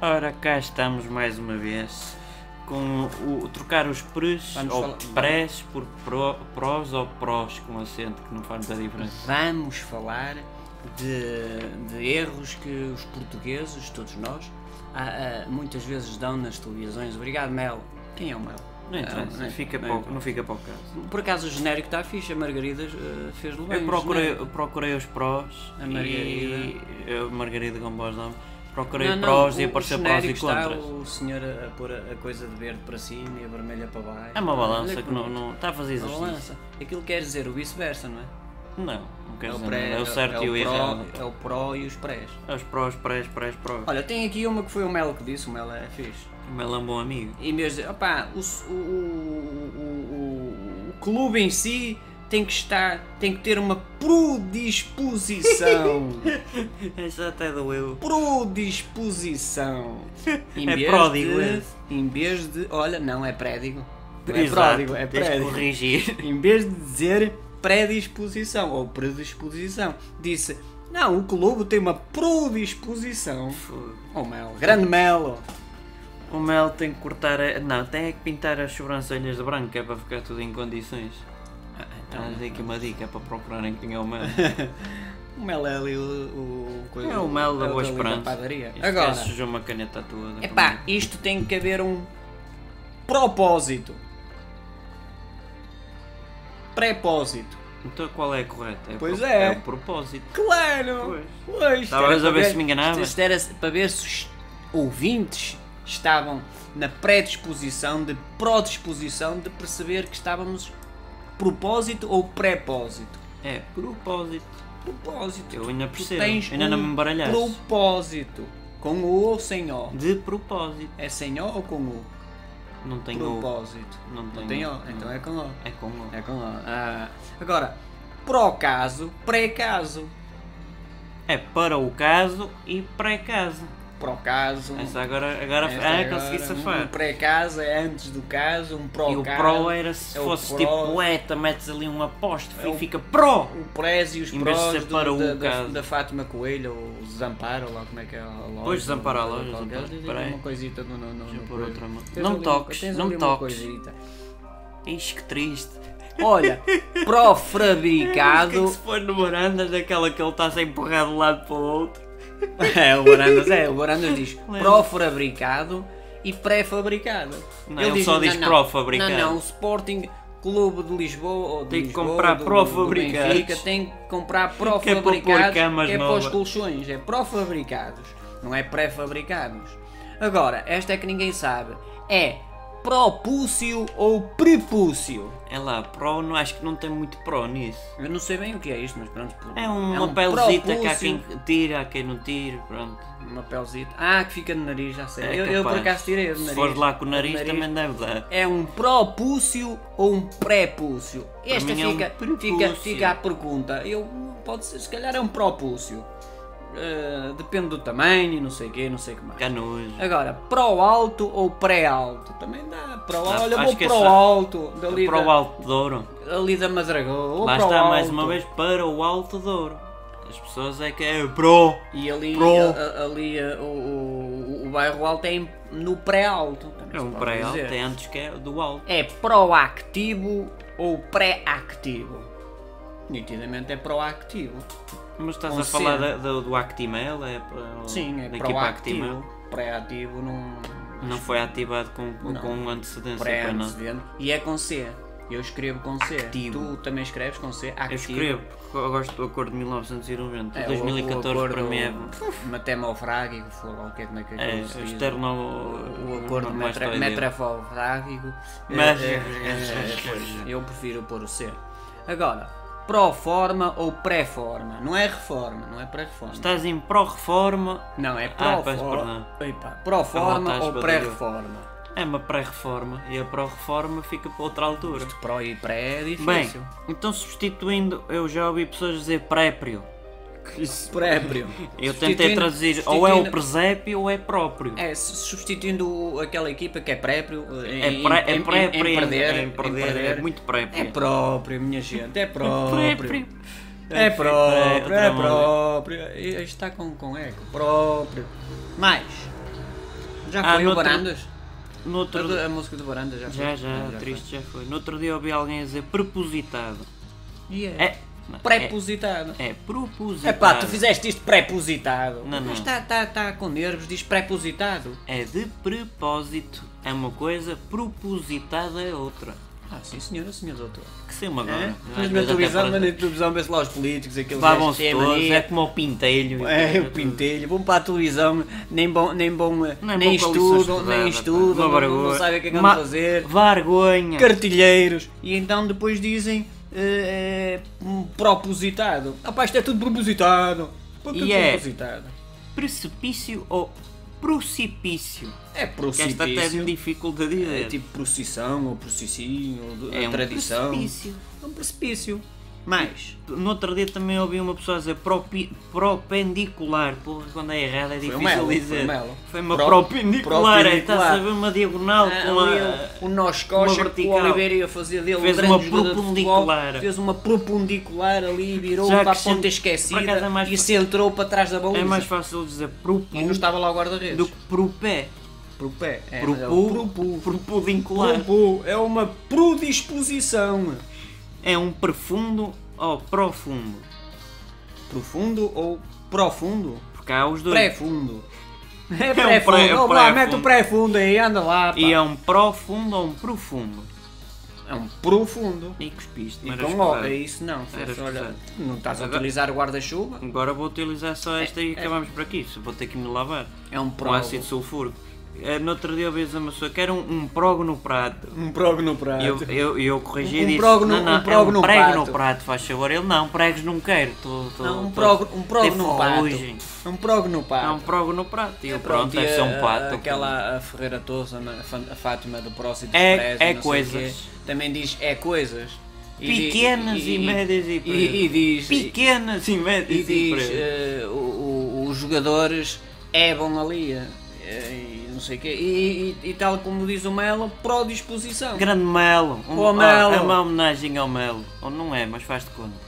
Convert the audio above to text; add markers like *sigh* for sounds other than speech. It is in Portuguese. Ora, cá estamos mais uma vez com o trocar os prus Vamos ou falar- prés por pro, prós ou prós com um acento que não faz muita diferença. Vamos falar de, de erros que os portugueses, todos nós, ah, ah, muitas vezes dão nas televisões. Obrigado, Mel. Quem é o Mel? Não interessa, Ah, não é- fica não para o- interessa. não fica para o caso. Por acaso o genérico está fixe, a Margarida ah, fez-lhe bem. Eu o procurei, genérico. eu procurei os prós A Margarida. e eu, Margarida Gombós não. Procurei Não, não, prós e o- o apareceu prós e genérico está contras. o senhor a, a pôr a, a coisa de verde para cima e a vermelha para baixo. É uma Olha balança que não, bonito. É não está a fazer Uma exercício. balança. Aquilo quer dizer o vice-versa, não é? Não, não quer É o, dizer pré, nada. É o certo e o pró, errado. É o pró e os prés. É os prós, prés, prés, prós. Olha, tem aqui uma que foi o Mel que disse, o Mel é fixe. O Mel é um bom amigo. Em vez de, opá, o, s- o, o- o- o- o clube em si tem que estar, tem que ter uma predisposição. *laughs* Essa até doeu. predisposição. Em É vez pródigo de- esse. Em vez de, olha, não é prédigo. Não é Exato, pródigo, é tens de prédigo. corrigir. Em vez de dizer predisposição ou predisposição, disse, não, o clube tem uma predisposição. Oh Mel, grande Melo. *laughs* O Mel tem que cortar. A... Não, tem é que pintar as sobrancelhas de branco que é para ficar tudo em condições. Então dei aqui uma dica para procurarem quem é o *laughs* Mel. O Mel é ali o, o, coisa- É o Mel da é o Boa ali Esperança. padaria. Este gajo Agora, sujou uma caneta toda. epá, isto tem que haver um propósito. Prepósito. Então qual é a correta? É Pois pro- é. É o propósito. Claro! Pois. Pois, isto Estavas era a ver para se me enganava. Isto era para ver se os ouvintes estavam na predisposição, de prodisposição de perceber que estávamos propósito ou prepósito. É propósito. Propósito. Eu Tu- ainda tu percebo, tens ainda não um me embaralhaste. Propósito. Com o ou sem o? De propósito. É sem o ou com o? Não tem o. propósito. Não tem tem o. o, então é com o. É com o. É com o. Ah, Agora, pro caso, pré-caso. É para o caso e pré-caso. Pro caso. Essa agora, agora, Esta ah, agora, consegui Um safar. pré-caso é antes do caso, um E o pró-caso. pro era se é o fosse pro. tipo ETA, metes ali um apóstrofe É e o- fica PRO! O prés e os Em vez de prós ser do- para o da, da, caso. da Fátima Coelho, ou Zampara, ou lá como é que é a loja. Pois, Zampara, a ou loja, qualquer, Zampara, diz peraí. ali uma coisita no... no, Deixa no, eu no pôr coelho. outra mão. Tens Não ali uma- toques, tens não ali uma toques. coisita. Ixi, que triste. *laughs* Olha, Por que é que pró-fabricado... se for no Barandas daquela que ele está a empurrar de um lado para o outro? é, o Barandas é, o Barandas diz pró-fabricado e pré-fabricado. Não, ele só diz pró-fabricado. Não, não, o Sporting Clube de Lisboa ou de Tem que Lisboa, comprar do- do pró-fabricados. Benfica, Tem que comprar Que é para pôr pró-fabricados, camas que é para os novas. colchões, é pró-fabricados, não é pré-fabricados. Agora, esta é que ninguém sabe, é propúcio ou prepúcio. É lá, PRO, não, acho que não tem muito PRO nisso. Eu não sei bem o que é isto, mas pronto. É uma um pelzita que há propúcio. quem tira, há quem não tira, pronto. Uma pelzita. Ah, que fica no nariz, já sei. É eu, eu, por capaz. acaso tirei do nariz. Se fores lá com o Do nariz, também deve dar. É um propúcio ou um pré-púcio? Esta mim é um fica, fica, prepúcio. fica a pergunta. Eu, pode ser, se calhar é um propúcio. Eh, depende do tamanho, não sei o quê, não sei o que mais. Canojo. Agora, pro-alto ou pré-alto? Também dá. Pro, Ah, olha, eu acho vou que é pro-alto. Dali, Para o da- Alto Douro. ali da Madragoa. ou Lá está, pro-alto. mais uma vez, para o Alto Douro. As pessoas é que é PRO. E ali, Pro. a- a- ali a- o, o, o bairro alto é em- no pré-alto. também É se um pode pré-alto, dizer. é antes que é do alto. É proactivo ou pré-activo? Nitidamente é proactivo. Então, Mas estás Com a falar C. da- do, do Actimel? É para, Sim, é da equipa Actimel? proactivo. Pré-ativo não. Não foi ativado com, com antecedência para não. Pré-antecedente. E é com C. Eu escrevo com C. Activo. Tu também escreves com C. Activo. Eu escrevo, porque eu gosto do acordo de 1990. É, o- 2014 o acordo para mim *laughs* é. Matemofrágico, foi lá o que é como é que É, aquilo se o diz? externo. O acordo não gosto metra, de dizer. metrafofrágico. é Mas- É, é, é, pois, eu prefiro pôr o C. Agora, pró-forma ou pré-forma? Não é reforma, não é pré-reforma. Estás em pró-reforma. Não, é Ah, peço pró-forma. perdão. Epa, pró-forma Voltaste ou para pré-reforma? É uma pré-reforma. E a pró-reforma fica para outra altura. Pró e pré é Bem, difícil. então substituindo, eu já ouvi pessoas dizer préprio. Préprio. Eu tentei Substituindo- traduzir ou é o substituindo- presépio ou é próprio. É, su- substituindo o- aquela equipa que é préprio em, É, pré, em- é em- préprio, em perder, é, em perder, perder. é muito É préprio. próprio, minha *laughs* gente, é próprio. préprio. É próprio, outra é mão. né? tá próprio. Isto está com, com eco. Próprio. Mais. Já Ah, foi o noutro- Barandas? No outro... A, a música do Barandas já foi. Já, já, foi. triste já foi. No outro dia ouvi alguém dizer prepositado. E é. É. Prepositado. É, é propositado. É pá, tu fizeste isto prepositado. Não, não. Mas está tá, tá com nervos, diz prepositado. É de propósito. É uma coisa, propositada é outra. Ah, sim senhora, senhor doutor. Que sema É? agora. Mas Às na vezes até televisão, para- mas na televisão vê-se lá os políticos, aqueles gajos que Bavam-se têm todos, mania. é como o pintelho. É, o pintelho, vão para a televisão, nem bom, nem bom, nem, é bom para a lição estudam, estudada, nem pá. estudam, Uma não, não vergonha. sabem o que é que Ma- vão fazer, Vergonha. cartilheiros, e então depois dizem eh, eh, um propositado. Rapaz, isto é tudo propositado. Pô, Tudo E é. propositado. Precipício ou procipício? É Que esta até é procipício. difícil de dizer. É tipo procissão, ou processinho, ou de- É um tradição. precipício. É um precipício. Mais. No outro dia também ouvi uma pessoa dizer propi- propendicular. Porra, quando é errado é difícil melo, foi um dizer. melo. Foi uma Pro- propendicular, é, estás a propendicular. Ah, ver uma diagonal com a. é Ali, é o nós uma coxa que o vertical. Oliveira ia fazer dele Fez um grande uma jogador de futebol, propundicular. fez uma propundicular ali e virou Já para a acrescent- ponta esquecida por acaso é mais e fa- se entrou para trás da baliza É mais fácil dizer e não propu estava lá o guarda-redes do que propé. pro pé é, mas é o Propu, propudincular. propu é uma predisposição É um profundo ou profundo. profundo ou profundo Porque há os dois. pré-fundo *laughs* é pré- pré-fundo é Vamos lá, pré-fundo. mete o pré-fundo aí anda lá pá. E é um profundo ou um profundo. é um profundo E cuspiste. e mas com és ó, pesado. é isso não Era Fosse, olha, escusado. não estás a Agora- utilizar o guarda-chuva Agora vou utilizar só esta e acabamos por aqui. Só vou ter que me lavar. é um Com ácido prólogo sulfúrico. Eh, No outro dia eu vi uma pessoa que era um, um progo no prato. um progo no prato Eu, eu, eu corrigi e Um disse, progo no- não, não, um progo é um no prego prato." no prato, faz favor. Ele, não, pregos não quero. Tô, tô, Não, um tô- progo, um progo tem no pato. ferrugem." Um progo no pato. Há um progo no prato. E eu, pronto, e deve ser um a- pato. Aquela a Ferreira Touza, a Fan- a Fátima do Próximo É- Expresso, é não sei o coisas. quê, Também diz é coisas. E di- Pequenas e, médias e, empresas. e diz, Pequenas e e, médias diz empresas. eh, o- o- os jogadores é bom ali. eh, e não sei o quê. E, e- e tal como diz o Melo, pró-disposição. Grande Melo. Um, Ô, Melo. é uma homenagem ao Melo. Ou não é, mas faz de conta.